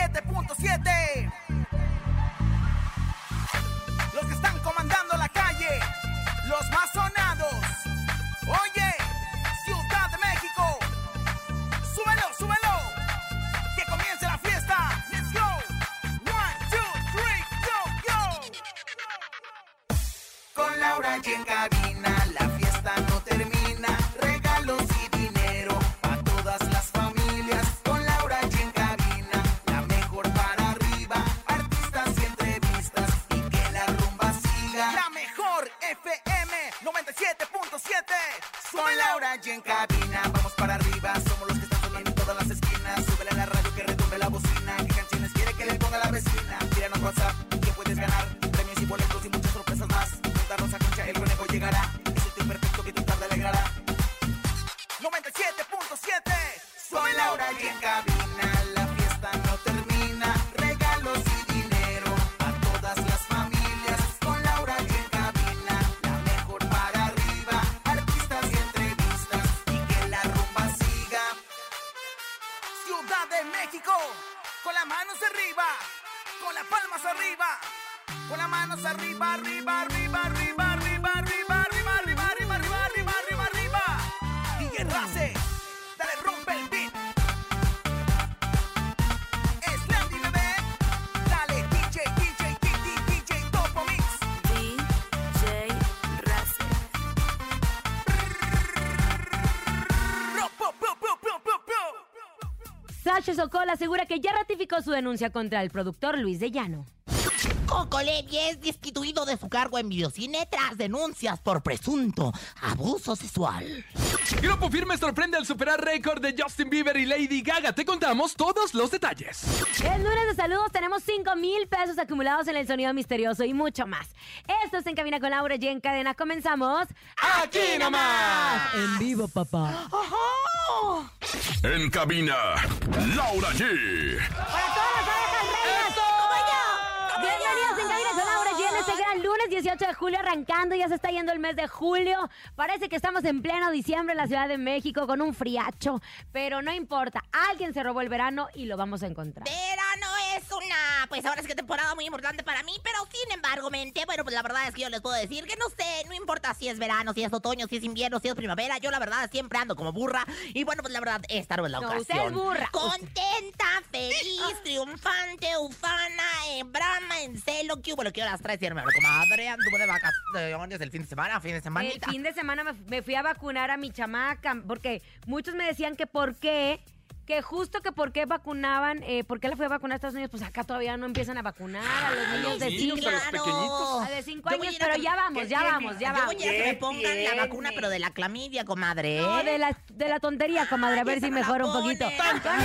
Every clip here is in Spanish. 97.7. Los que están comandando la calle, los más sonados. Oye, Ciudad de México, súbelo, súbelo. Que comience la fiesta. Let's go. One, two, three, go, go. Con Laura y en cabina, la fiesta no termina. Regalos y dinero para todas las familias. Con Laura y en cabina, la mejor para arriba. Artistas y entrevistas y que la rumba siga. La mejor FM 97.7. Con Laura y en cabina, vamos para arriba. Somos los que están sonando en todas las esquinas. Súbele a la radio que retumbe la bocina. ¿Qué canciones quiere que le ponga la vecina? Tíranos WhatsApp que puedes ganar. Premios y boletos y muchas sorpresas más. Junta Rosa Concha, el conejo llegará. Es el tío perfecto que tu tarde alegrará. 97.7 Soy Laura y en cabina La fiesta no termina Regalos y dinero A todas las familias Con Laura y en cabina La mejor para arriba Artistas y entrevistas Y que la rumba siga Ciudad de México Con las manos arriba Con las palmas arriba Con las manos arriba, arriba, arriba, arriba, arriba, arriba, arriba, arriba, arriba, arriba, arriba, arriba, arriba. DJ Race, dale rompe el beat. Slandy bebé, dale DJ, DJ, DJ, DJ, Topo Mix. DJ Racer. Ro, po, po, po, po, po, po. Sasha Sokol asegura que ya ratificó su denuncia contra el productor Luis de Llano. Cocolevi es destituido de su cargo en videocine tras denuncias por presunto abuso sexual. Grupo Firme sorprende al superar récord de Justin Bieber y Lady Gaga. Te contamos todos los detalles. El lunes de saludos tenemos 5 mil pesos acumulados en el sonido misterioso y mucho más. Esto es En Cabina con Laura y en Cadena. Comenzamos. ¡Aquí nomás! En vivo, papá. En cabina, Laura G. Para todas las abejas reinas. Bienvenidos en Cabina con Laura G en este gran lunes 18 de julio arrancando. Ya se está yendo el mes de julio. Parece que estamos en pleno diciembre en la Ciudad de México con un friacho. Pero no importa. Alguien se robó el verano y lo vamos a encontrar. Verano es una, pues ahora es que temporada muy importante para mí, pero sin embargo, mente, bueno, pues la verdad es que yo les puedo decir que no sé, no importa si es verano, si es otoño, si es invierno, si es primavera, yo la verdad siempre ando como burra y bueno, pues la verdad esta no es la No, ocasión. usted es burra. Contenta, feliz, triunfante, ufana, en brama, en celo, que hubo lo que horas traes, hermano, comadre, anduvo de vacaciones el fin de semana, fin de semana. El fin de semana me, me fui a vacunar a mi chamaca, porque muchos me decían que por qué, que justo que por qué vacunaban, eh, por qué la fui a vacunar a Estados Unidos, pues acá todavía no empiezan a vacunar a Ah, los niños de sí, cinco, niños, a los pequeñitos. a de cinco Yo voy a años, ir a pero que- ya vamos, ya vamos, ya Yo vamos. voy a ir a que me pongan la vacuna, pero de la clamidia, comadre. ¿eh? No, de la, de la tontería, comadre, a Ay, ver esa si me la mejora un pone. poquito.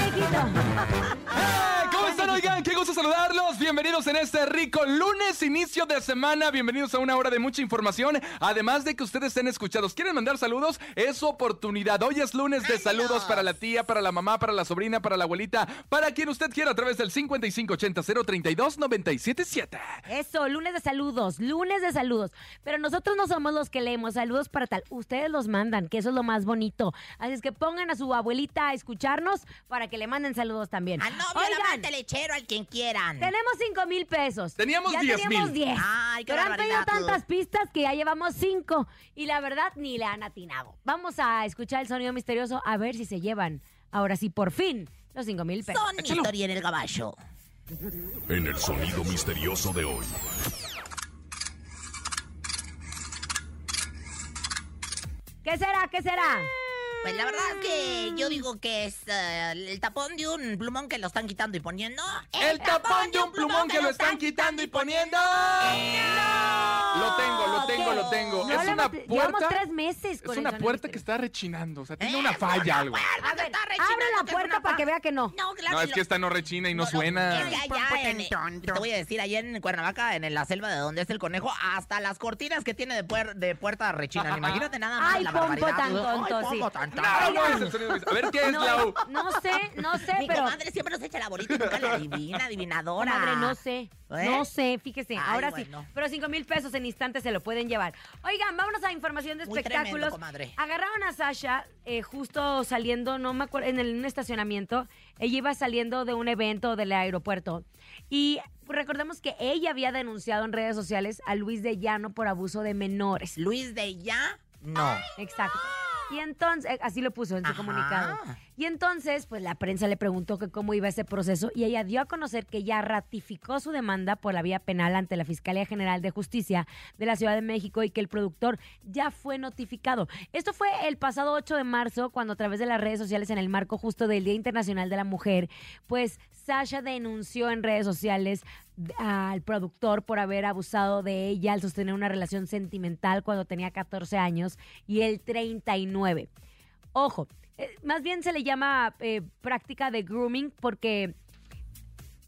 Conejito. ¡Eh! ¿Cómo están, oigan? Qué gusto saludarlos. Bienvenidos en este rico lunes, inicio de semana. Bienvenidos a una hora de mucha información. Además de que ustedes estén escuchados. ¿Quieren mandar saludos? Es su oportunidad. Hoy es lunes de saludos para la tía, para la mamá, para la sobrina, para la abuelita, para quien usted quiera a través del 5580 032 977. Eso, lunes de saludos, lunes de saludos. Pero nosotros no somos los que leemos saludos para tal. Ustedes los mandan, que eso es lo más bonito. Así es que pongan a su abuelita a escucharnos para que le manden saludos también. Al novio, al amante, lechero, al quien quieran. tenemos 5 mil pesos. Teníamos ya 10,000. teníamos 10. Ay, qué Pero han pedido barbaridad. tantas pistas que ya llevamos 5. Y la verdad, ni la han atinado. Vamos a escuchar el sonido misterioso a ver si se llevan. Ahora sí, por fin, los 5 mil pesos. Son historia en el caballo. En el sonido misterioso de hoy. ¿Qué será? ¿Qué será? Pues la verdad es que yo digo que es eh, el tapón de un plumón que lo están quitando y poniendo. ¿eh? El tapón de un plumón que lo están quitando y poniendo. ¡Eh! Lo tengo, lo tengo, ¿Qué? lo tengo. No Es le una hemos- Llevamos puerta. tres meses con Es el una sonido puerta que misterioso. está rechinando, o sea, tiene una falla algo. A ver, ah. abre la puerta para que vea que no. No, claro. No, y es lo- que esta no rechina y no suena. Es que allá en- eh, te voy a decir, allá en Cuernavaca, en, en la selva de donde es el conejo, hasta las cortinas que tiene de, puer- de puerta rechinan. Imagínate nada más Ay, la Pompo barbaridad. tan tonto, Ay, sí. Pompo tan No, no es el sonido mis- A ver qué es, Lau. No, no sé, no sé, Mi pero. comadre siempre nos echa la bolita y nunca la adivina, adivinadora. Comadre, no sé. ¿Eh? No sé, fíjese. Ay, ahora bueno. sí. Pero 5 mil pesos en instantes se lo pueden llevar. Oigan, vámonos a información de Muy tremendo, espectáculos. comadre. Agarraron a Sasha eh, justo saliendo, no me acuerdo, en el- en un estacionamiento. Ella iba saliendo de un evento del aeropuerto. Y recordemos que ella había denunciado en redes sociales a Luis de Llano por abuso de menores. Luis de ya, no. Exacto. Y entonces, eh, así lo puso en su Ajá. comunicado. Y entonces, pues la prensa le preguntó que cómo iba ese proceso y ella dio a conocer que ya ratificó su demanda por la vía penal ante la Fiscalía General de Justicia de la Ciudad de México y que el productor ya fue notificado. Esto fue el pasado 8 de marzo cuando a través de las redes sociales en el marco justo del Día Internacional de la Mujer, pues Sasha denunció en redes sociales d- al productor por haber abusado de ella al sostener una relación sentimental cuando tenía 14 años y él 39. Ojo, eh, más bien se le llama eh, práctica de grooming porque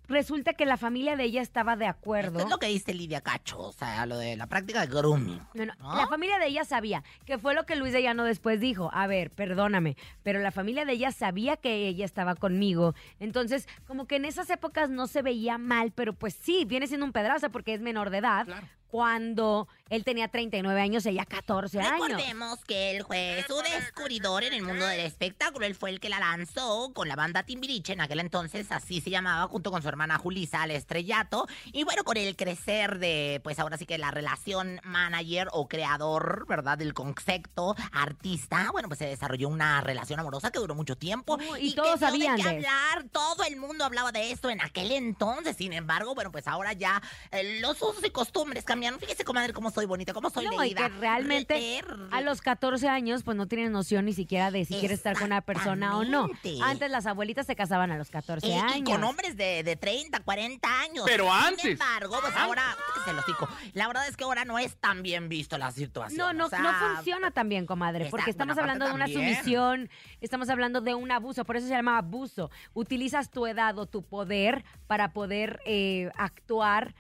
resulta que la familia de ella estaba de acuerdo. Esto es lo que dice Lidia Cacho, o sea, lo de la práctica de grooming. No, no, ¿No? La familia de ella sabía, que fue lo que Luis de Llano después dijo. A ver, perdóname, pero la familia de ella sabía que ella estaba conmigo. Entonces, como que en esas épocas no se veía mal, pero pues sí, viene siendo un pedrazo porque es menor de edad. Cuando él tenía 39 años, ella 14 años. Recordemos que él fue su descubridor en el mundo del espectáculo. Él fue el que la lanzó con la banda Timbiriche, en aquel entonces así se llamaba, junto con su hermana Julisa al estrellato. Y bueno, con el crecer de, pues ahora sí que la relación manager o creador, ¿verdad? Del concepto artista, bueno, pues se desarrolló una relación amorosa que duró mucho tiempo. Uy, y que todos dio de sabían qué de eso. hablar, todo el mundo hablaba de esto en aquel entonces. Sin embargo, bueno, pues ahora ya eh, los usos y costumbres cambiaron. Fíjese, comadre, cómo soy bonita, cómo soy No, y leída. que realmente Leer, a los 14 años pues no tienes noción ni siquiera de si quieres estar con una persona o no. Exactamente. Antes las abuelitas se casaban a los 14 Eh, años. Y con hombres de, de 30, 40 años. Pero antes. Sin embargo, pues ahora, se los digo, la verdad es que ahora no es tan bien visto la situación. No, no, o sea, no funciona tan bien, comadre, porque Exacto, estamos bueno, hablando de una aparte también. sumisión, estamos hablando de un abuso, por eso se llama abuso. Utilizas tu edad o tu poder para poder eh, actuar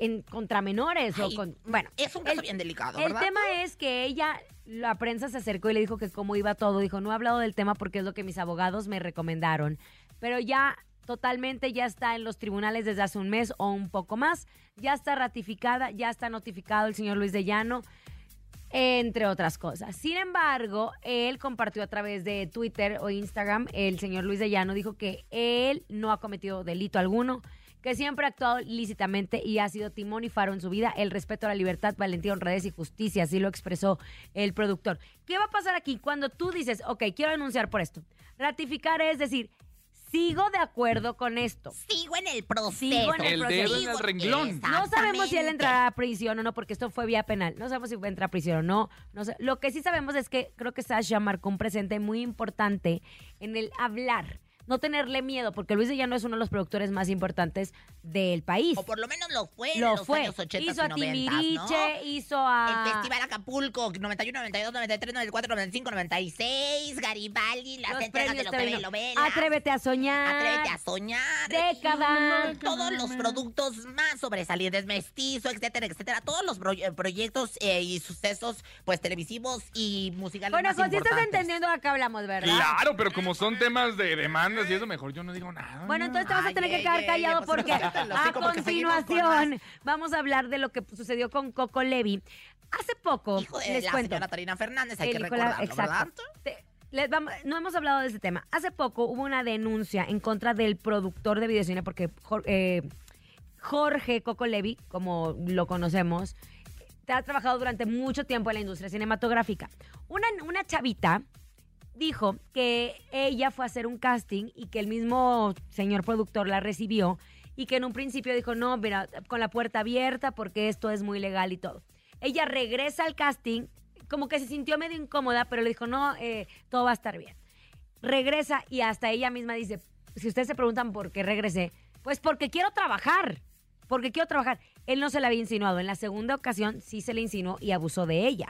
en contra menores o ay, con... Bueno, Es un caso el- bien delicado, el ¿verdad? tema es que ella, la prensa se acercó y le dijo que cómo iba todo. Dijo, no he hablado del tema porque es lo que mis abogados me recomendaron. Pero ya totalmente ya está en los tribunales desde hace un mes o un poco más. Ya está ratificada, ya está notificado el señor Luis de Llano, entre otras cosas. Sin embargo, él compartió a través de Twitter o Instagram, el señor Luis de Llano dijo que él no ha cometido delito alguno que siempre ha actuado lícitamente y ha sido timón y faro en su vida, el respeto a la libertad, valentía, honradez y justicia, así lo expresó el productor. ¿Qué va a pasar aquí cuando tú dices, ok, quiero denunciar por esto? Ratificar es decir, sigo de acuerdo con esto. Sigo en el proceso. Sigo en el El proceso. dedo en el renglón. No sabemos si él Exactamente. entrará a prisión o no, porque esto fue vía penal. No sabemos si entra a prisión o no. no sé. Lo que sí sabemos es que creo que Sasha marcó un presente muy importante en el hablar. No tenerle miedo, porque Luis de Llano es uno de los productores más importantes del país. O por lo menos lo fue en Lo los fue. años 80 hizo y a 90, Timbiriche, hizo a. El Festival Acapulco, 91, 92, 93, 94, 95, 96, Garibaldi, las los entregas premios de los TV, no. telenovelas. Atrévete a soñar. Atrévete a soñar. Década. Todos los productos más sobresalientes, mestizo, etcétera, etcétera. Todos los pro- eh, proyectos eh, y sucesos, pues, televisivos y musicales Bueno, más José, estás importantes. entendiendo de qué hablamos, ¿verdad? Claro, pero como son temas de demandas y eso, mejor yo no digo nada. Bueno, entonces te vas a Ah, Ay, tener que ey, quedar ey, callado pues, porque cállate el a hocico, porque seguimos con continuación vamos a hablar de lo que sucedió con Coco Levi. Hace poco, Hijo de les la cuento. señora Tarina Fernández, hay el que Nicolás- recordarlo, ¿verdad? exacto. Te- les vamos- no hemos hablado de ese tema. Hace poco hubo una denuncia en contra del productor de videocine porque Jor- eh, Jorge Coco Levi, como lo conocemos, eh, ha trabajado durante mucho tiempo en la industria cinematográfica. Una, una chavita dijo que ella fue a hacer un casting y que el mismo señor productor la recibió y que en un principio dijo, no, mira, con la puerta abierta porque esto es muy legal y todo. Ella regresa al casting, como que se sintió medio incómoda, pero le dijo, no, eh, todo va a estar bien. Regresa y hasta ella misma dice, si ustedes se preguntan por qué regresé, pues porque quiero trabajar, porque quiero trabajar. Él no se la había insinuado, en la segunda ocasión sí se le insinuó y abusó de ella.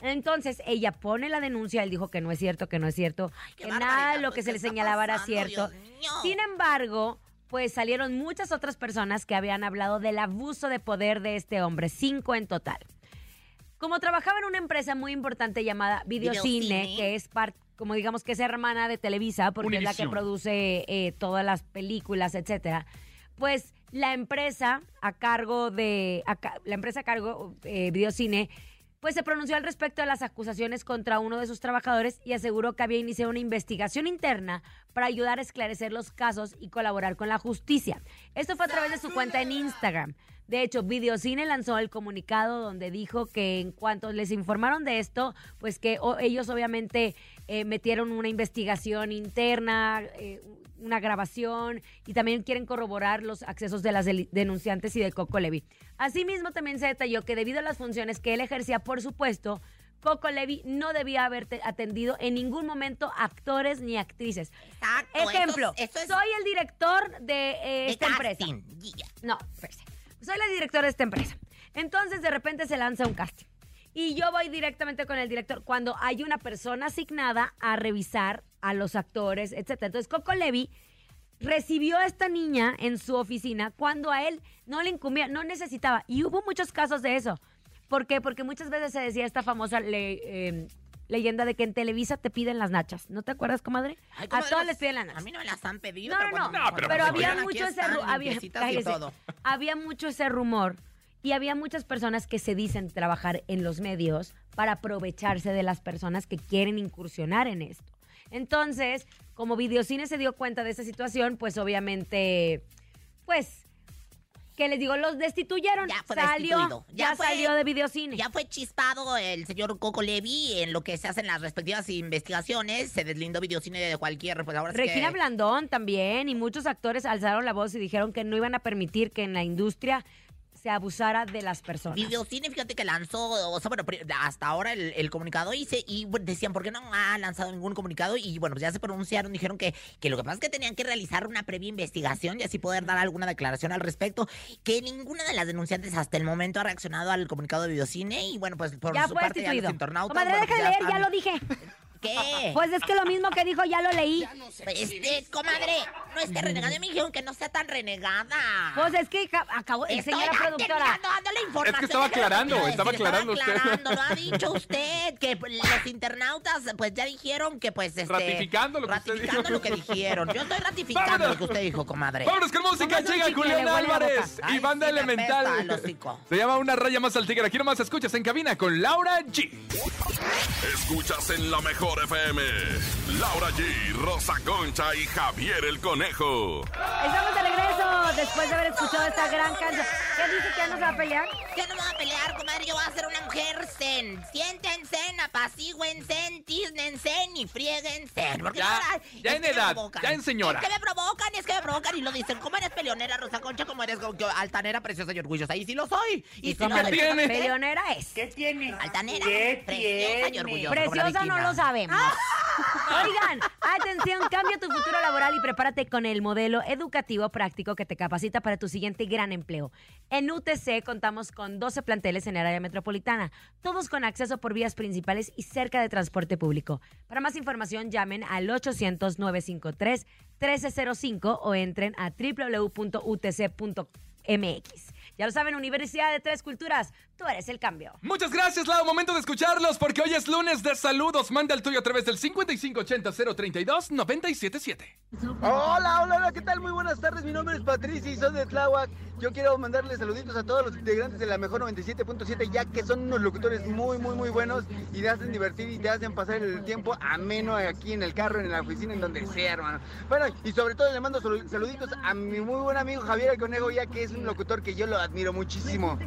Entonces ella pone la denuncia, él dijo que no es cierto, que no es cierto, Qué que barbaridad, nada de lo pues, que se ¿qué le está señalaba era pasando, cierto. Dios mío? Sin e-, embargo, pues salieron muchas otras personas que habían hablado del abuso de poder de este hombre, cinco en total. Como trabajaba en una empresa muy importante llamada Videocine, Videocine. que es par- como digamos que es hermana de Televisa, porque es la que Univisión. produce eh, todas las películas, etcétera, pues la empresa a cargo de a ca- la empresa a cargo eh, Videocine pues se pronunció al respecto de las acusaciones contra uno de sus trabajadores y aseguró que había iniciado una investigación interna para ayudar a esclarecer los casos y colaborar con la justicia. Esto fue a través de su cuenta en Instagram. De hecho, Videocine lanzó el comunicado donde dijo que en cuanto les informaron de esto, pues que o- ellos obviamente eh, metieron una investigación interna, eh, una grabación y también quieren corroborar los accesos de las deli- denunciantes y de Coco Levy. Asimismo, también se detalló que debido a las funciones que él ejercía, por supuesto, Coco Levy no debía haber te- atendido en ningún momento actores ni actrices. Exacto. esto- Ejemplo, Esto, es soy el director de eh, de esta empresa. casting, guía. No, espérese. Soy la directora de esta empresa. Entonces, de repente se lanza un casting. Y yo voy directamente con el director cuando hay una persona asignada a revisar a los actores, etc. Entonces, Coco Levy recibió a esta niña en su oficina cuando a él no le incumbía, no necesitaba. Y hubo muchos casos de eso. ¿Por qué? Porque muchas veces se decía esta famosa le- eh, leyenda de que en Televisa te piden las nachas. ¿no te acuerdas, comadre? Ay, a comadre, todos las- les piden las A nachas. mí no me las han pedido. No, no, no. No, pero pero pues, había oigan, mucho ese rumor. Había, Había cállese. todo. Había mucho ese rumor y había muchas personas que se dicen trabajar en los medios para aprovecharse de las personas que quieren incursionar en esto. Entonces, como Videocine se dio cuenta de esa situación, pues obviamente, pues, ¿qué les digo? Los destituyeron. Ya fue salió, destituido. ya, Ya fue- salió de Videocine. Ya fue chispado el señor Coco Levy en lo que se hacen las respectivas investigaciones. Se deslindó videocine de cualquier. Pues ahora sí Regina que- Blandón también y muchos actores alzaron la voz y dijeron que no iban a permitir que en la industria se abusara de las personas. Videocine, fíjate que lanzó, o sea, bueno, pri- hasta ahora el, el comunicado hice y bueno, decían, ¿por qué no ha lanzado ningún comunicado? Y bueno, pues ya se pronunciaron, dijeron que, que lo que pasa es que tenían que realizar una previa investigación y así poder dar alguna declaración al respecto, que ninguna de las denunciantes hasta el momento ha reaccionado al comunicado de Videocine y bueno, pues por ya su fue parte ya los destituido. internautas, Comadre, bueno, deja de ya Eh. leer, ya están- lo dije. ¿Qué? Pues es que lo mismo que dijo, ya lo leí. Este, comadre, no esté renegada. Ya me dijeron que no sea tan renegada. Pues es que ca- acabo, Estoy señora productora. terminando dando la información. Es que estaba Déjame aclarando, terminar de estaba decir, aclarando usted. aclarando, Lo ha dicho usted, que pues, los internautas pues ya dijeron que pues este... Ratificando lo que usted ratificando dijo. lo que dijeron. Yo estoy ratificando Vámonos. lo que usted dijo, comadre. Vámonos con música, Póngase un llega chicle, Julián le huele la Álvarez boca. y Ay, banda sí, me apesta el elemental. hocico. Se llama Una raya más al tigre. Aquí nomás escuchas en cabina con Laura G. Escuchas en la mejor FM. Laura G, Rosa Concha y Javier el Conejo. Estamos de regreso después de haber escuchado esta gran canción. ¿Qué dice que ya nos va a pelear? Yo no me voy a pelear, comadre. Yo voy a ser una mujer zen. Siéntense, apacigüense, tísnense y friéguense. Porque Ya, ahora- ya es en que me edad, provocan. ya en señora. Es que me provocan, es que me provocan y lo dicen. ¿Cómo eres peleonera, Rosa Concha? ¿Cómo eres go- go- altanera, preciosa y orgullosa? Y sí lo soy. Y sí lo ¿Qué soy. tiene? Peleonera es. ¿Qué tiene? Altanera, ¿Qué preciosa y tiene? orgullosa. Preciosa como la no lo viquina. Ah. sabemos. Oigan, atención, cambia tu futuro laboral y prepárate con el modelo educativo práctico que te capacita para tu siguiente gran empleo. En UTC contamos con 12 planteles en el área metropolitana, todos con acceso por vías principales y cerca de transporte público. Para más información llamen al 800-953 1305 o entren a www.utc.mx. Ya lo saben, Universidad de Tres Culturas, tú eres el cambio. Muchas gracias, Lau. Momento de escucharlos porque hoy es lunes de saludos. Manda el tuyo a través del 5580-032-977. Hola, hola, hola, ¿qué tal? Muy buenas tardes, mi nombre es Patricia y soy de Tláhuac. Yo quiero mandarles saluditos a todos los integrantes de la mejor 97.7, ya que son unos locutores muy, muy, muy buenos y te hacen divertir y te hacen pasar el tiempo ameno aquí en el carro, en la oficina, en donde sea, hermano. Bueno, y sobre todo le mando salu- saluditos a mi muy buen amigo Javier El Conejo, ya que es un locutor que yo lo admiro muchísimo.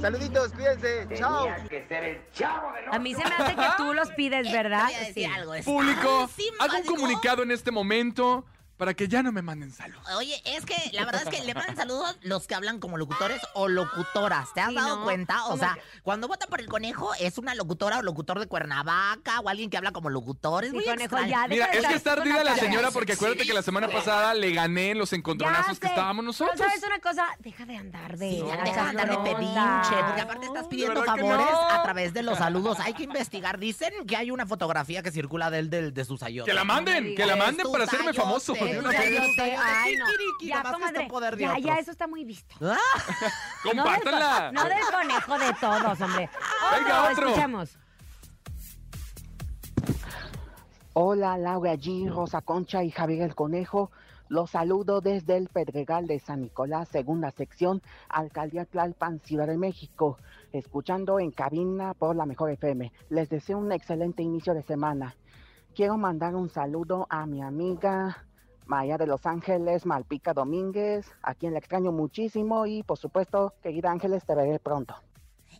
Saluditos, cuídense, chao. Tenía que ser el chavo del A mí se me hace que tú los pides, ¿verdad? Eh, Te voy a decir Sí. algo. Está Público, simpático. hago un comunicado en este momento para que ya no me manden saludos. Oye, es que la verdad es que le mandan saludos los que hablan como locutores o locutoras. ¿Te has Sí, dado ¿no? cuenta? O Como sea, cuando votan por el conejo, es una locutora o locutor de Cuernavaca o alguien que habla como locutor. Es Sí, muy conejo, extraño. ya, Mira, deja de es que está estar con ardida la cara. señora porque acuérdate que la semana pasada le gané en los Ya encontronazos que sé. estábamos nosotros. Pero sabes una cosa, deja de andar de. Sí, ya la deja de andar de chacarrota. pedinche, porque aparte estás pidiendo verdad que favores no. a través de los saludos. Hay que investigar. Dicen que hay una fotografía que circula de él del- de, sus ayotes. Que la manden, que la Pues manden tú para hacerme sayote, famoso. pues, tú de una Ya, vez. sayote. yo sé, ay, no. Kikiriki, Ya, nomás está comadre, en poder de ya, ya, otros. eso está muy visto. Ah, No del co- Compártanla. No del conejo de todos, hombre. Venga, Otro, otro. Escuchamos. Hola Laura G, Rosa Concha y Javier el Conejo. Los saludo desde el Pedregal de San Nicolás, segunda sección, Alcaldía Tlalpan, Ciudad de México, escuchando en cabina por la Mejor FM. Les deseo un excelente inicio de semana. Quiero mandar un saludo a mi amiga Maya de Los Ángeles, Malpica Domínguez, a quien le extraño muchísimo y por supuesto, querida Ángeles, te veré pronto.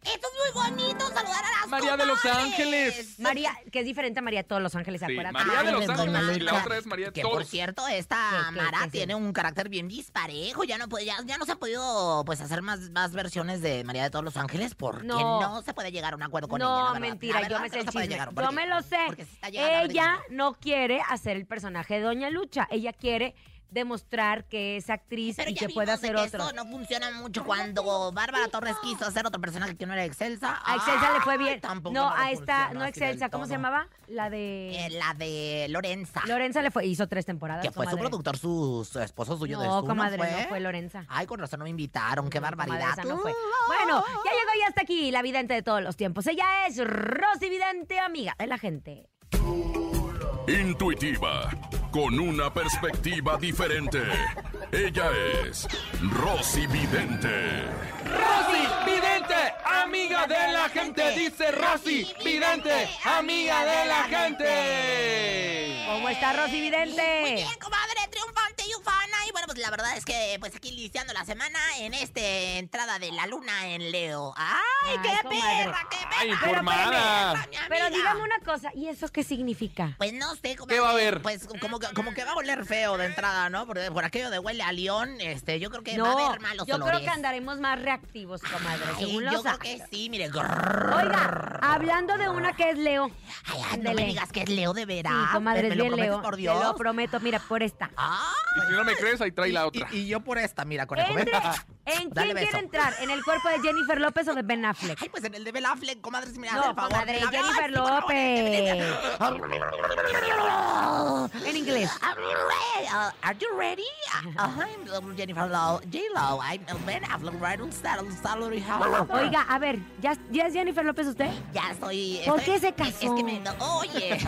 Esto es muy bonito, saludar a las María de Los comadres. Ángeles. María, que es diferente a María de todos los ángeles, Sí, acuérdate. María de Ay, Los les doy Ángeles y la maluca. otra es María de Que por todos. cierto, esta Sí, que- Mara que sí. tiene un carácter bien disparejo. Ya no, puede- ya, ya no se ha podido pues hacer más, más versiones de María de todos los Ángeles porque No. no, se puede llegar a un acuerdo con ella. la no, verdad. mentira, La yo verdad, me sé no el se puede chisme. llegar, yo porque- me lo sé. porque se está llegando a ver Ella quién no quiere hacer el personaje de Doña Lucha. Ella quiere demostrar que es actriz Pero y ya que puede vimos de hacer que otro. Eso no funciona mucho cuando Bárbara Torres quiso hacer otro personaje que no era Excelsa. A Excelsa le fue Ay, bien. tampoco No, le a esta, funcionó no así del Excelsa, ¿cómo se todo. llamaba? La de... Eh, la de Lorenza. Lorenza le fue, hizo tres temporadas. que fue su comadre. productor, su, su esposo suyo del No, sur, comadre, ¿no fue? no fue Lorenza. Ay, con razón no me invitaron, qué No, comadre, esa barbaridad. no fue. Bueno, ya llegó y hasta aquí la vidente de todos los tiempos. Ella es Rosy Vidente, amiga de la gente. Intuitiva, con una perspectiva diferente. Ella es Rosy Vidente. Rosy Vidente, amiga de la gente, dice Rosy Vidente, amiga de la gente. ¿Cómo está Rosy Eh, Muy Vidente? bien, comadre, triunfante y ufana. Y bueno, pues la verdad es que pues aquí iniciando la semana en este entrada de la luna en Leo. ¡Ay, Ay, qué comadre. perra, qué perra! Ay, qué informada. perra, mi amiga! Pero dígame una cosa, ¿y eso qué significa? Pues no sé, comadre. ¿Qué va a haber? Pues como que, como que va a oler feo de entrada, ¿no? Por, por aquello de huele a león, este, yo creo que va a haber malos yo creo olores. que andaremos más reactivos, comadre, Ay, según yo los creo que sí, mire. grrr. Oiga, hablando de una que es Leo. Ay, ay, no me Ándele. digas que es Leo de veras. Sí, comadre, me, es lo bien prometes Leo. por Te Dios. lo prometo, mira, por esta. Ah, Y si no me crees, ahí trae la y, otra. y yo por esta, mira, conejo. ven. Entre, ¿En Dale quién quiere beso. entrar? ¿En el cuerpo de Jennifer López o de Ben Affleck? Ay, pues en el de Belafle, comadre, si me haces No, el favor. comadre, Belafle, Jennifer ay, sí, por favor, López. Jennifer- En inglés. I'm re- uh, Ah, Are you ready? Uh, I'm um, Jennifer Lo J-Lo. I'm uh, Ben Affleck, right on saddle, salary house. Oiga, a ver, ¿ya, ya es Jennifer López usted? Ya soy... ¿Por estoy- qué se casó? Es que me... no, Oye.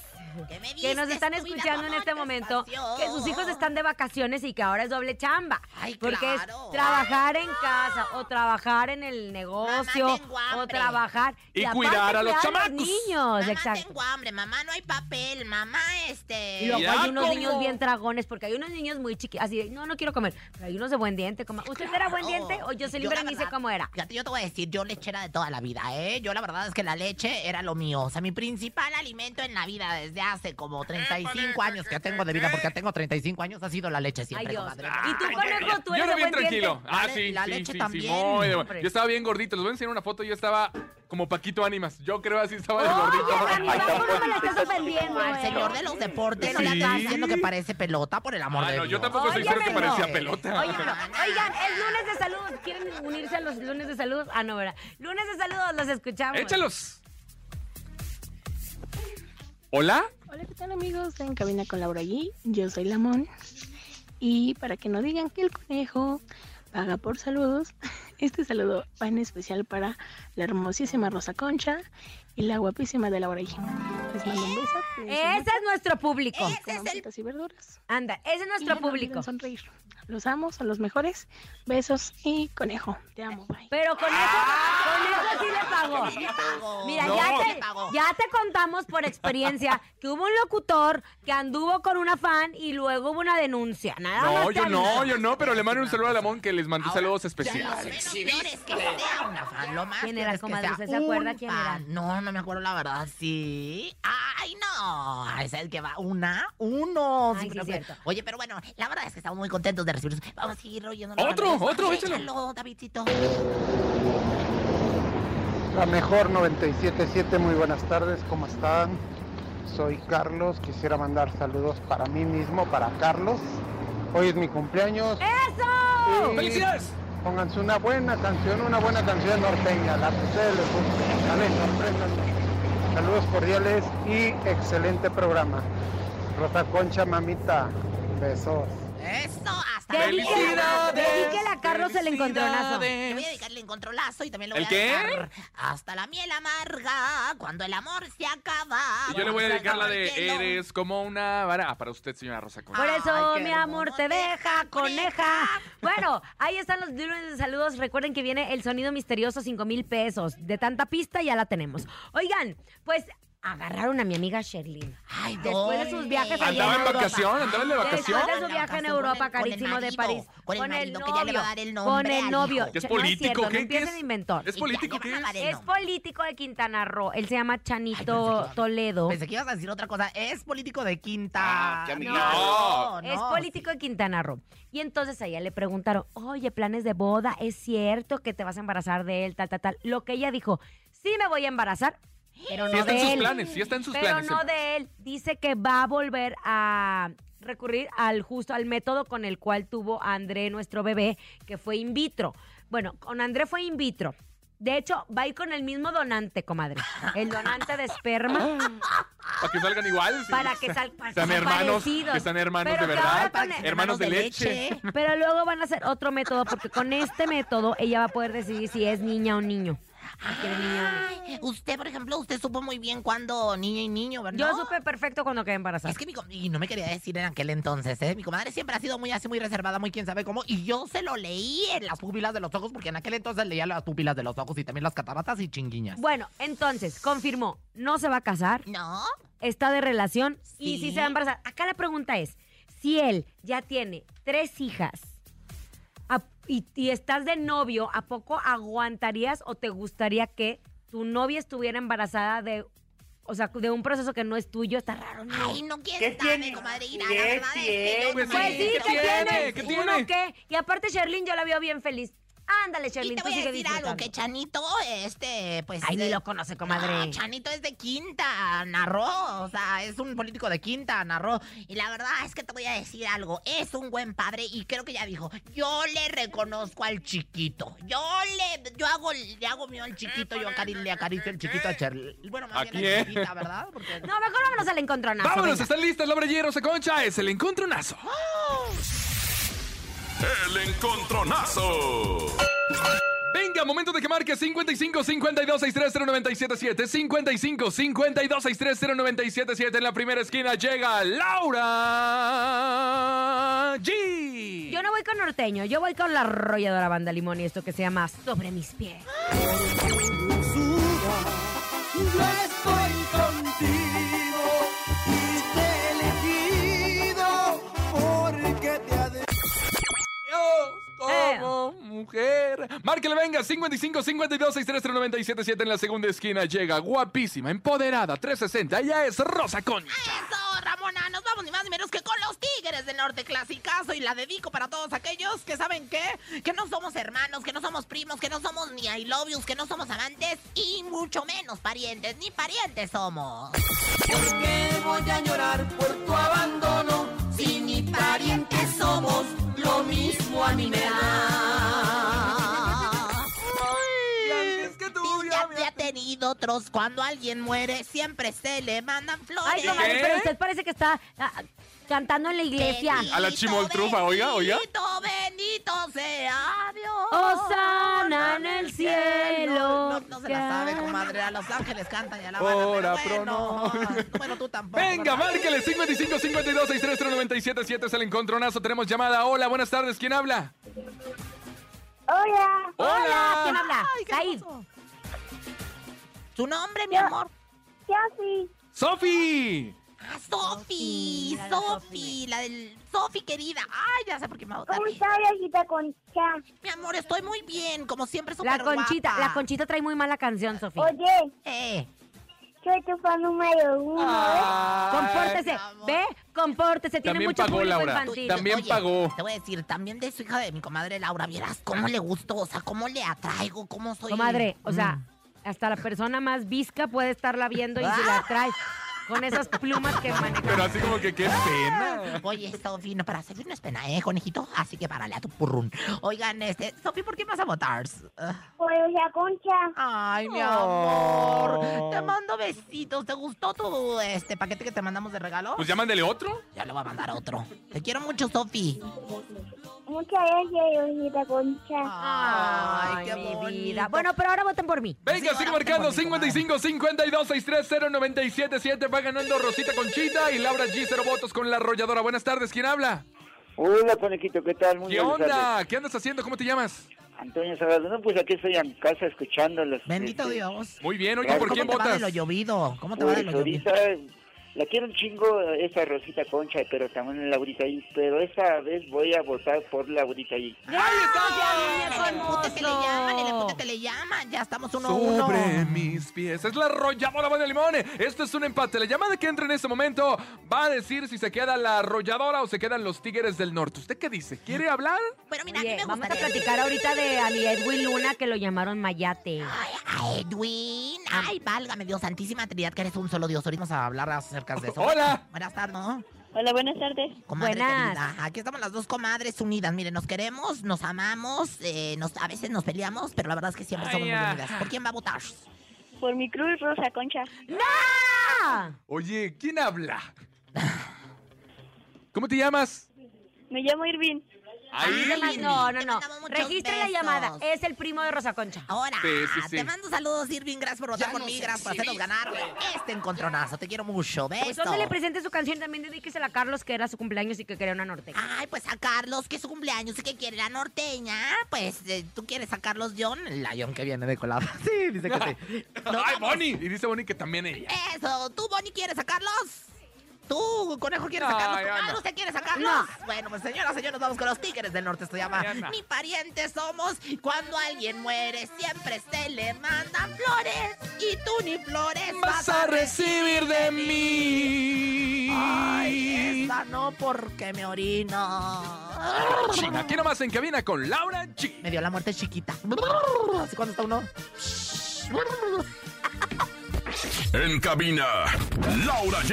Que me que nos diste están tu vida escuchando en con este momento, contestación. que sus hijos están de vacaciones y que ahora es doble chamba. Ay, porque claro. es trabajar en casa o trabajar en el negocio Mamá, tengo o hambre. trabajar Y aparte cuidar a los chamacos. niños, Mamá, exacto. tengo hambre, mamá, no hay papel, mamá, este... Y luego Ya, hay unos ¿cómo? niños bien tragones, porque hay unos niños muy chiquitos, así de, no, no quiero comer, pero hay unos de buen diente. Como, ¿Usted era buen diente o yo se la libra dice verdad, cómo era? Fíjate, yo te voy a decir, yo lechera de toda la vida, ¿eh? Yo la verdad es que la leche era lo mío. O sea, mi principal alimento en la vida desde hace como 35 años que tengo de vida, porque tengo 35 años, ha sido la leche Ay, siempre, Dios. comadre. Y tú, conejo, tú eres Yo era de bien buen tranquilo. diente. Ah, La le- sí, la sí, leche sí, sí, también, muy de- hombre. Yo estaba bien gordito. Les voy a enseñar una foto. Yo estaba como Paquito Ánimas. Yo creo así estaba de gordito. Oye, Rami, ¿cómo no me la estás ofendiendo, Al eh? señor de los deportes, no le Sí. andas diciendo que parece pelota, por el amor Ah, de no, Dios. yo tampoco Oye, soy cero que pero- parecía pelota. Oye, pero, oigan, es lunes de saludos. ¿Quieren unirse a los lunes de saludos? Ah, no, ¿verdad? Lunes de saludos, los escuchamos. Échalos. ¿Hola? Hola, ¿qué tal amigos? En Cabina con Laura G. Yo soy Lamón. Y para que no digan que el conejo paga por saludos, este saludo va en especial para la hermosísima Rosa Concha y la guapísima de Laura G. Les mando un beso. cuídense Eh, Ese es nuestro público. mucho, coman frutas y verduras. Anda, ese es nuestro Y no olviden público. sonreír. Los amo, son los mejores. Besos y conejo. Te amo, bye. Pero con eso, con eso sí le pagó. Sí le pagó. Mira, No. ya, Sí le te, pagó. ya te contamos por experiencia que hubo un locutor que anduvo con una fan y luego hubo una denuncia. Nada más No, te yo no, aviso. yo no, pero le mando un saludo a Lamón que les mandé Ahora, saludos ya lo especiales. menos peor es que sea una fan, lo más ¿Quién peor era, es que comadre? sea ¿Usted se acuerda un quién era? fan. No, no no me acuerdo la verdad. Sí. Ay, no. Es el que va una, uno. Ay, sí, creo que- cierto. Oye, pero bueno, la verdad es que estamos muy contentos de recibir. Vamos a seguir oyendo. la Otro, verdad. otro, Sí, échalo. Échalo, Davidcito. La mejor 977, muy buenas tardes, ¿cómo están? Soy Carlos, quisiera mandar saludos para mí mismo, para Carlos. Hoy es mi cumpleaños. ¡Eso! Y Pónganse una buena canción, una buena canción norteña, la que ustedes les guste. Dale, sorpréndanme. Saludos cordiales y excelente programa. Rosa Concha, mamita, besos. Eso, hasta ¡Felicidades! Dedíquele a Carlos el encontronazo. Le voy a dedicar el encontrolazo y también lo voy ¿El a qué? dedicar hasta la miel amarga cuando el amor se acaba. Y yo le voy a dedicar la de Porque no- Eres como una vara. Ah, para usted, señora Rosa Concha. Por eso, Ay, qué mi amor, te deja, coneja. Bueno, ahí están los lunes de saludos. Recuerden que viene el sonido misterioso, 5 mil pesos. De tanta pista ya la tenemos. Oigan, pues agarraron a mi amiga Sherlyn. Ay, Después de sus viajes allá Andaba en Europa. vacación, andaba de vacación. Después de su viaje en Europa, Con el carísimo de marido, París. con el marido, que ya le va a dar el nombre Con el al novio. hijo. ¿Qué es Ch- político? No es cierto, ¿Qué- no qué empiecen es? a inventar. ¿Es político ya le van qué a es? dar el Es nombre. político de Quintana Roo. Él se llama Este Ay, Chanito pensé que- Toledo. Pensé que ibas a decir otra cosa. Es político de Quinta. Ah, qué amigable. no, es no. político de Quintana Roo. Y entonces a ella le preguntaron, oye, planes de boda, ¿es cierto que te vas a embarazar de él, tal, tal, tal? Lo que ella dijo, sí me voy a embarazar, pero no Sí de está en sus él. planes, sí está en sus pero planes. em, no de él. Dice que va a volver a recurrir al justo, al método con el cual tuvo a André, nuestro bebé, que fue in vitro. Bueno, con André fue in vitro. De hecho, va a ir con el mismo donante, comadre. El donante de esperma. Para que salgan igual. sí. Para que sal- para que Sean sean hermanos, parecidos. que sean hermanos Pero de que ahora verdad. con- e-, Hermanos, de leche. Pero luego van a hacer otro método, porque con este método ella va a poder decidir si es niña o niño. Si quiere niña o niño. Ay, usted, por ejemplo, usted supo muy bien cuando niña y niño, ¿verdad? Yo supe perfecto cuando quedé embarazada. Es que mi com- y no me quería decir en aquel entonces, ¿eh? Mi comadre siempre ha sido muy así, muy reservada, muy quién sabe cómo. Y yo se lo leí en las pupilas de los ojos, porque en aquel entonces leía las pupilas de los ojos y también las cataratas y chinguiñas. Bueno, entonces, confirmó, no se va a casar, No, está de relación y Sí. si se va a embarazar. Acá la pregunta es, si él ya tiene tres hijas a- y, y estás de novio, ¿a poco aguantarías o te gustaría que tu novia estuviera embarazada de... O sea, de un proceso que no es tuyo, está raro, ¿no? ay, no quién ¿Qué sabe, tiene? comadre. Irá, la ¿Qué verdad es que yo tiene? no Pues me- sí, ¿qué ¿qué tiene? tiene? ¿Qué ¿Uno tiene? qué? Y aparte Sherlyn yo la veo bien feliz. Ándale, Y Sherlyn, te tú voy a sigue decir algo, disfrutando. que Chanito, este, pues... Ay, ni eh, lo conoce, comadre. no, Chanito es de Quinta, Narro, o sea, es un político de Quinta, Narro. Y la verdad es que te voy a decir algo, es un buen padre y creo que ya dijo, yo le reconozco al chiquito, yo le, yo hago, le hago mío al chiquito, yo acari- le acaricio el chiquito a Cherly. Bueno, más Aquí, bien a ¿eh? Chiquita, ¿verdad? Porque... No, mejor vámonos al encontronazo. Vámonos, venga. están listas, Laura G. Rosa Concha. Es el encontronazo. El encontronazo. Venga, momento de que marque 55 52 63 0977 55 52 63 0977 En la primera esquina llega Laura G. Yo no voy con norteño, yo voy con la arrolladora banda limón y esto que se llama Sobre mis pies. Yo estoy contigo y te he elegido porque te ha de... Dios, como Oh, mujer. Márquele, venga, 55 52 63 0977 En la segunda esquina llega guapísima, empoderada, 360. Ella es Rosa Concha. Eso, Ramona, nos vamos ni más ni menos que con los Tigres del Norte Clasicazo y la dedico para todos aquellos que saben qué, que no somos hermanos, que no somos primos, que no somos ni I love yous, que no somos amantes y mucho menos parientes, ni parientes somos. ¿Por qué voy a llorar por tu abandono si ni parientes somos? Lo mismo a mí me da. Ya te ha tenido otros, cuando alguien muere siempre se le mandan flores. Ay, comadre, ¿Qué? pero usted parece que está ah, ah, cantando en la iglesia. Bendito, A la chimoltrufa, oiga, oiga. Bendito, bendito sea Dios. Osana en el cielo. No, no se la sabe, comadre. A los ángeles cantan y alaban. Ora pero bueno, pro no. bueno, tú tampoco. Venga, ¿verdad? márquele 55 52 63 0977 Es el encontronazo. Tenemos llamada. Hola, buenas tardes. ¿Quién habla? Hola, Hola, ¿quién Hola. Ah, habla? Ay, qué Said. hermoso. ¿Tu nombre, mi amor? Sofi. Sofi. Ah, Sofi, mira la Sofi, la del... Sofi, querida. Ay, ya sé por qué me va a votar. ¿Cómo está, viejita Concha? Mi amor, estoy muy bien, como siempre, súper La conchita, guapa. la conchita trae muy mala canción, Sofía. Oye, Eh, Soy tu fan número uno. ¿eh? Ah. Ay. Compórtese, ve, compórtese, tiene mucho público infantil. Oye, Te voy a decir, también de su hija de mi comadre Laura, vieras cómo le gusto, o sea, cómo le atraigo, cómo soy. Comadre, o sea, Mm. hasta la persona más visca puede estarla viendo y se Ah. la trae con esas plumas que maneja. Pero así como que este. qué pena. Oye, Sofi, no, para servir no es pena, ¿eh, conejito? Así que párale a tu purrún. Oigan, este, Sofi, ¿por qué vas a votar? Ah, Por la concha. Ay, mi amor. Te mando besitos. ¿Te gustó tu este paquete que te mandamos de regalo? Pues ya mándele otro. Ya le voy a mandar otro. Te quiero mucho, Sofi. Muchas gracias, Diosita Concha. Ay, mi vida. Bueno, pero ahora voten por mí. Venga, sigue marcando 55 52 630 977. Va ganando Rosita Conchita y Laura G. Cero votos con la arrolladora. Buenas tardes, ¿quién habla? Hola, conejito, ¿qué tal? Muy ¿Qué buenas onda? tardes. ¿Qué andas haciendo? ¿Cómo te llamas? Antonio Salgado. No, pues aquí estoy en casa escuchándolos. Bendito Este, Dios. Muy bien, oye, ¿por ¿Cómo quién te va de votas? lo llovido? ¿Cómo te va de Pues lo llovido? ahorita la quiero un chingo esa Rosita Concha, pero también Laurita ahí. Pero esta vez voy a votar por Laurita ahí. El empute se le llaman, el empute te le llaman. Ya estamos uno a uno. Sobre mis pies. Es la arrolladora Van de Limón. Esto es un empate. La llamada que entra en este momento va a decir si se queda la arrolladora o se quedan los Tigres del Norte. ¿Usted qué dice? ¿Quiere hablar? Pero mira, Oye, vamos a platicar ahorita de a mi Edwin Luna que lo llamaron Mayate. A Edwin. Ay, válgame Dios, Santísima Trinidad, que eres un solo Dios. Ahorita vamos a hablar acerca de eso. Hola. Buenas tardes. Hola, buenas tardes. Comadre Buenas. querida, aquí estamos las dos comadres unidas. Miren, nos queremos, nos amamos, eh, nos, a veces nos peleamos, pero la verdad es que siempre somos muy Ay, ah. unidas. ¿Por quién va a votar? Por mi cruz rosa, Concha. Ah, ¡No! Oye, ¿quién habla? ¿Cómo te llamas? Me llamo Irvin. Ahí. No, no, no. Registra la llamada. Es el primo de Rosa Concha. Ahora, Sí, sí, Ah, sí. Te mando saludos, Irving. Gracias por votar por mí. Gracias por hacernos ganar este encontronazo. Te quiero mucho. Pues Besos. donde le presente su canción también dedíquesela a Carlos que era su cumpleaños y que quería una norteña. Ay, pues a Carlos, que es su cumpleaños y que quiere la norteña. Pues, eh, ¿tú quieres a Carlos John? La John que viene de colada. Sí, dice que sí. Ay, Bonnie. Y dice Bonnie que también ella. Eso, ¿tú, Bonnie, quieres a Carlos? ¿Tú, conejo, quieres a Carlos? Ay, ¿Tú, Ana. Maru, usted quiere a Carlos? Bueno, pues, señoras, señores, vamos con los tigres del norte. Esto se llama Ay, Ana. Ni parientes somos. Cuando alguien muere, siempre se le mandan flores. Y tú ni flores Vas a recibir de mí. Ay, esta no porque me orino. China, aquí nomás en cabina con Laura G. Me dio la muerte chiquita. Así cuando está uno. En cabina, Laura G.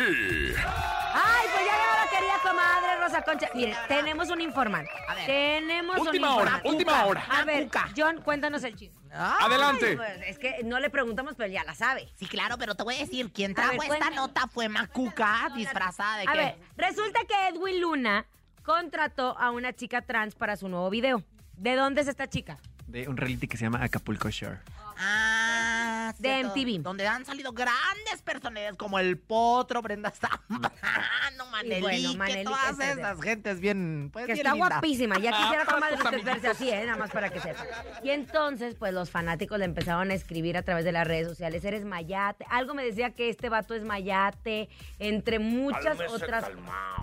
Ay, pues ya veo la querida comadre Rosa Concha. Mire, tenemos un informante. Tenemos un Última hora, informante. última hora. A ver, John, cuéntanos el chisme. Adelante. pues, es que no le preguntamos, pero ya la sabe. Sí, claro, pero te voy a decir, quien A ver, trajo esta cuéntame. nota fue Macuca, disfrazada de A que... ver, resulta que Edwin Luna contrató a una chica trans para su nuevo video. ¿De dónde es esta chica? de un reality que se llama Acapulco Shore. Ah, De cierto, MTV. Donde han salido grandes personalidades como el Potro, Brenda Zambrano, Manelik, bueno, que Manelik, todas etcétera. esas gentes bien... Pues, que bien está lindas. guapísima. Ya quisiera comadre pues, usted amiguitos. verse así, ¿eh? Nada más para que sepa. Y entonces, pues los fanáticos le empezaron a escribir a través de las redes sociales: Eres mayate. Algo me decía que este vato es mayate, entre muchas otras.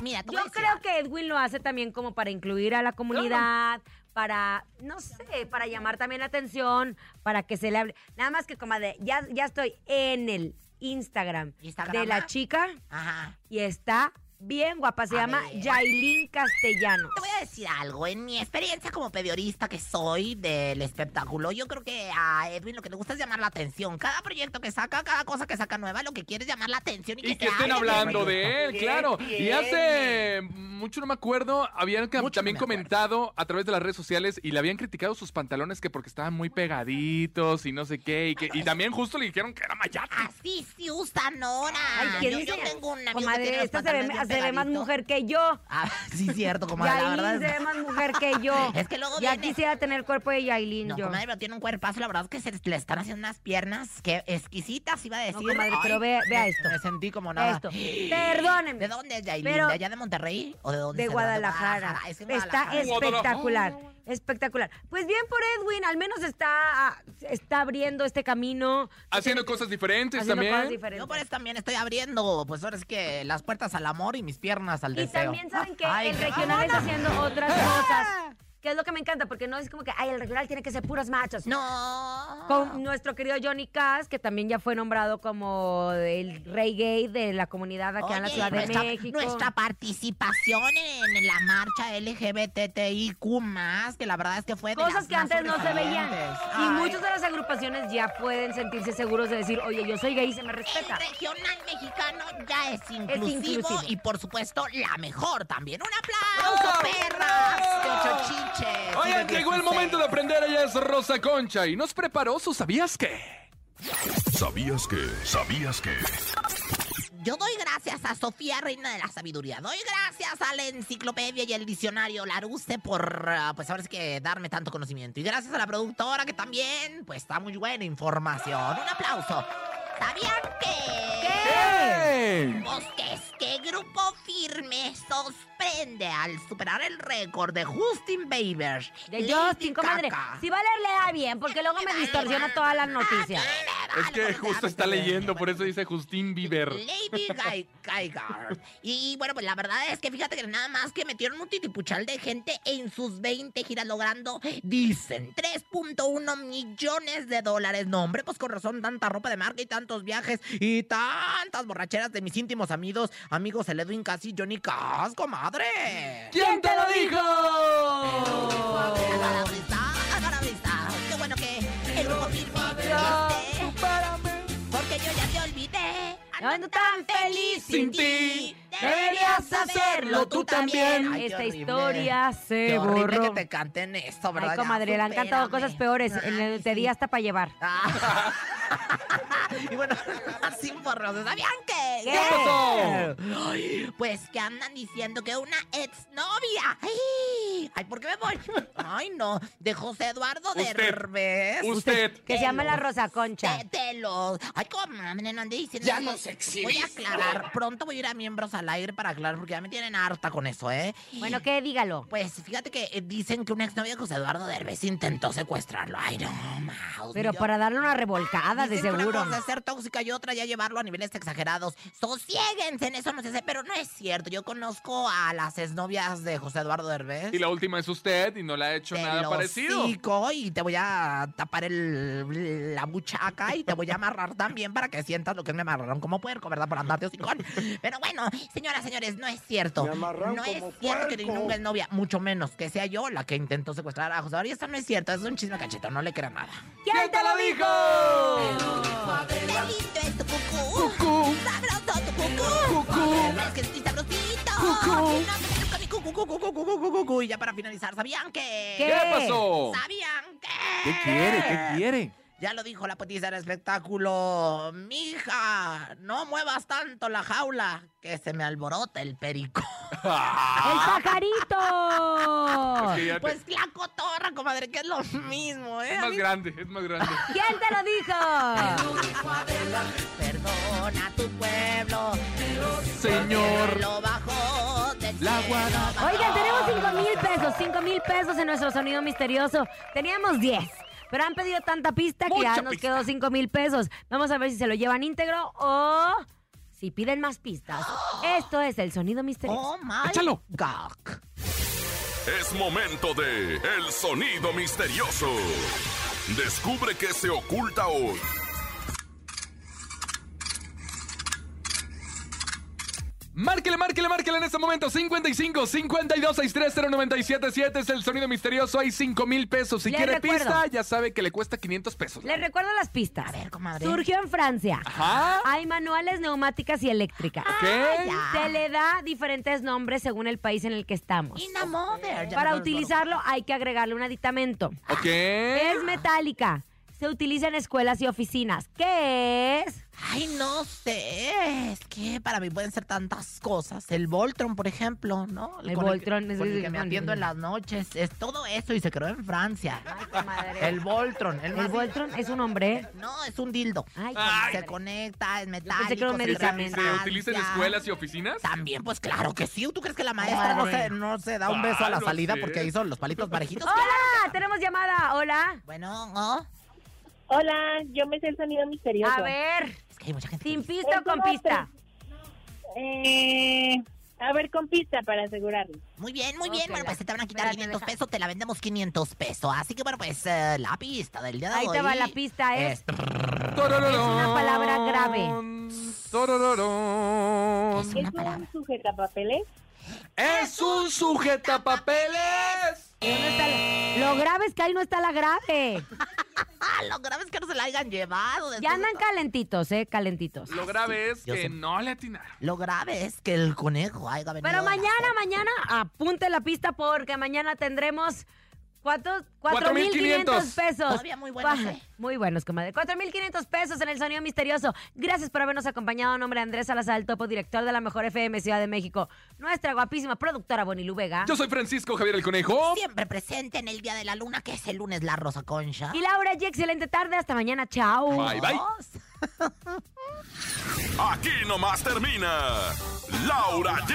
Mira, te Yo voy a decir creo que Edwin lo hace también como para incluir a la comunidad. Para, no sé, para llamar también la atención, para que se le hable. Nada más que, comadre, ya, ya estoy en el Instagram, de la ¿Instagrama? chica Ajá. y está bien guapa. Se A llama ver. Yailin Castellano. Te voy a decir algo. En mi experiencia como periodista que soy del espectáculo, yo creo que a Edwin lo que le gusta es llamar la atención. Cada proyecto que saca, cada cosa que saca nueva, lo que quiere es llamar la atención y, Y que se estén hable del hablando de proyecto. él, claro. Y hace mucho no me acuerdo, habían cam- también comentado a través de las redes sociales y le habían criticado sus pantalones que porque estaban muy pegaditos y no sé qué. Y, que, y también justo le dijeron que era mayate. Ah, Sí, sí, usan ahora. Ay, ¿quién Ah, yo, dice? yo tengo un amigo que Comadre, tiene los esta se ve, pantalones se ve bien más pegaditos. mujer que yo. Ah, sí, cierto, comadre, la Yailin se verdad. ve más mujer que yo. Es que luego Ya viene- quisiera tener el cuerpo de Yailin No, yo. comadre, pero tiene un cuerpazo, la verdad es que se le están haciendo unas piernas que exquisitas, iba a decir. comadre, Ay, pero ve- vea me- esto. Me sentí como nada. Esto. Perdónenme. ¿De dónde es Yailin? Pero- ¿De allá de Monterrey? ¿O de dónde? De es? Guadalajara. Es que en Está Guadalajara. espectacular. Espectacular. Pues bien por Edwin, al menos está, ah, está abriendo este camino. Haciendo cosas diferentes Haciendo también. cosas diferentes. Yo por eso también estoy abriendo, pues ahora es que las puertas al amor y mis piernas al Y deseo. también saben que Ay, Ah. el qué regional está mamona. haciendo otras cosas que es lo que me encanta, porque no es como que, ay, el regional tiene que ser puros machos. No. Con nuestro querido Johnny Cass, que también ya fue nombrado como el rey gay de la comunidad acá en la Oye, Ciudad de nuestra, México. nuestra participación en, en la marcha LGBTIQ, que la verdad es que fue de Cosas las que más antes no se veían. sorprendentes. Y Ay. muchas de las agrupaciones ya pueden sentirse seguros de decir, oye, yo soy gay y se me respeta. El regional mexicano ya es inclusivo, inclusivo. y por supuesto la mejor también. ¡Un aplauso, perras! ¡Chochiche! Oigan, llegó el momento de aprender. Ella es Rosa Concha y nos preparó su ¿Sabías qué? ¿Sabías que? ¿Sabías que? Yo doy gracias a Sofía, reina de la sabiduría. Doy gracias a la enciclopedia y el diccionario Larousse por, ah, pues ahora es que darme tanto conocimiento. Y gracias a la productora que también, pues está muy buena información. Un aplauso. ¿Sabían que? ¿Qué? Bosques, que grupo firme sorprende al superar el récord de Justin Bieber. De Justin, comadre. Caca. Si va a leerle, da bien, porque luego me distorsiona toda Ah, la noticia. Es que justo está pues, leyendo, por eso dice Justin Bieber. Lady Gai- Gaigar. Y bueno, pues la verdad es que fíjate que nada más que metieron un titipuchal de gente en sus 20 giras logrando, dicen, 3.1 millones de dólares. No, hombre, pues con razón, tanta ropa de marca y tantos viajes y tantas borracheras de mis íntimos amigos, amigos el Edwin Cass y Johnny Cass, comadre. ¿Quién te lo A dijo? la vista, a la vista. Qué bueno que el grupo firme esté, porque yo ya te olvidé. Ando tan feliz sin ti. Deberías hacerlo tú también. Ay, qué Esta horrible. historia se Qué horrible borró. que te canten esto, ¿verdad? Ay, Ya, comadre, le han cantado supérame. cosas peores. En el te di hasta para llevar. y bueno, así borroso. ¿Sabían qué? ¿Qué pasó? Ay, pues que andan diciendo que una exnovia. Ay, ay, ¿por qué me voy? Ay, no. De José Eduardo de Usted. Derbez. Usted. Que se llama la Rosa Concha. Telos. Ay, comadre, no ande diciendo. Ya eso. nos Voy a exhibiste. aclarar. Pronto voy a ir a miembros al aire para aclarar porque ya me tienen harta con eso, ¿eh? Bueno, ¿qué? Dígalo. Pues fíjate que eh, dicen que una exnovia de José Eduardo Derbez intentó secuestrarlo. Ay, no, Maus. Pero para darle una revolcada, de Dicen que seguro. Una cosa es ser tóxica y otra ya llevarlo a niveles exagerados. Sosiéguense en eso, no se sé, pero no es cierto. Yo conozco a las exnovias de José Eduardo Derbez. Y la última es usted y no le ha hecho nada Lo parecido. hocico y te voy a tapar el, la buchaca y te voy a amarrar también para que sientas lo que me amarraron como puerco, ¿verdad? Por andarte hocicón. Pero bueno, señoras, señores, no es cierto. Me amarraron no es como cierto que puerco. ninguna novia, mucho menos que sea yo la que intentó secuestrar a José. Eduardo. Y esto no es cierto, es un chisme cachito, no le crean nada. ¿Quién te lo ¡Qué lindo es tu cucú! ¡Sabroso tu cucú! ¡Es que estoy sabrosito! ¡No me metas con mi cucú, cucú, cucú, cucú, cucú! Y ya para finalizar, ¿sabían que...? ¿Qué pasó? ¿Sabían que...? ¿Qué quiere? ¿Qué quiere? Ya lo dijo la potiza del espectáculo. Mija, no muevas tanto la jaula, que se me alborota el perico. ¡El pajarito! Ah, Es que ya te- Pues la cotorra, comadre, que es lo mismo, ¿eh? Es A más mí- grande, es más grande. ¿Quién te lo dijo? Perdona tu pueblo, Señor. lo bajó del La guana- cielo. Oigan, tenemos 5 mil pesos, 5 mil pesos en nuestro sonido misterioso. Teníamos 10. Pero han pedido tanta pista que ya Mucha nos pista. quedó 5 mil pesos. Vamos a ver si se lo llevan íntegro o si piden más pistas. Esto es el sonido misterioso. Oh my Échalo. God. Es momento de El Sonido Misterioso. Descubre qué se oculta hoy. Márquele, márquele, márquele en este momento. 55 52 63 0977 es el sonido misterioso. Hay 5 mil pesos. Si Les quiere recuerdo. pista, ya sabe que le cuesta 500 pesos. Les recuerdo las pistas. A ver, comadre. Surgió en Francia. Ajá. Hay manuales, neumáticas y eléctricas. ¿Qué? Se le da diferentes nombres según el país en el que estamos. In a mother. ya Para me utilizarlo hay que agregarle un aditamento. Ok. Es Ah. metálica. Se utiliza en escuelas y oficinas. ¿Qué es? Ay, no sé. Es que para mí pueden ser tantas cosas. El Voltron, por ejemplo, ¿no? El con Voltron, El que, es- con el que me con- atiendo en las noches. Es todo eso y se creó en Francia. El Voltron. El, El más- Voltron es un hombre. No, es un dildo. Ay, Se comadre. conecta, es pensé que era metálico. un se creó en medicamento. ¿Se utiliza en Francia. escuelas y oficinas? También, pues claro que sí. ¿Tú crees que la maestra no se, no se da un beso a Ah, la no salida sé. porque hizo los palitos parejitos? ¡Hola! Ah, Tenemos llamada. Hola. Bueno, oh. ¿no? Hola, yo me sé el sonido misterioso. A ver, Es que hay mucha gente. que sin dice, pista o con pista. Eh, A ver, con pizza para asegurarlo. Muy bien, muy bien. Bueno, pues se te van a quitar 500 pesos, te la vendemos 500 pesos. Así que bueno, pues eh, la pista del día de Ahí hoy. te va la pista, ¿eh? es. es- Es una palabra grave. ¿Es un sujetapapeles? ¡Es un sujetapapeles! Lo grave es que ahí no está la grave. Ah, Lo grave es que no se la hayan llevado. Ya después de andan calentitos, ¿eh? Calentitos. Lo grave es yo que sé. no le atinaron. Lo grave es que el conejo haya venido. Pero de la- mañana, mañana, apunte la pista porque mañana tendremos... ¿Cuántos? 4.500 4,500 pesos. Todavía muy buenos, Cua- ¿eh? Muy buenos, comadre. 4.500 pesos en el sonido misterioso. Gracias por habernos acompañado. A nombre de Andrés Salazar, el topo director de la mejor FM Ciudad de México. Nuestra guapísima productora Bonilu Vega. Yo soy Francisco Javier el Conejo. Siempre presente en el Día de la Luna, que es el lunes, la Rosa Concha. Y Laura G, excelente tarde. Hasta mañana. Chao. Bye, bye. Aquí nomás termina Laura G,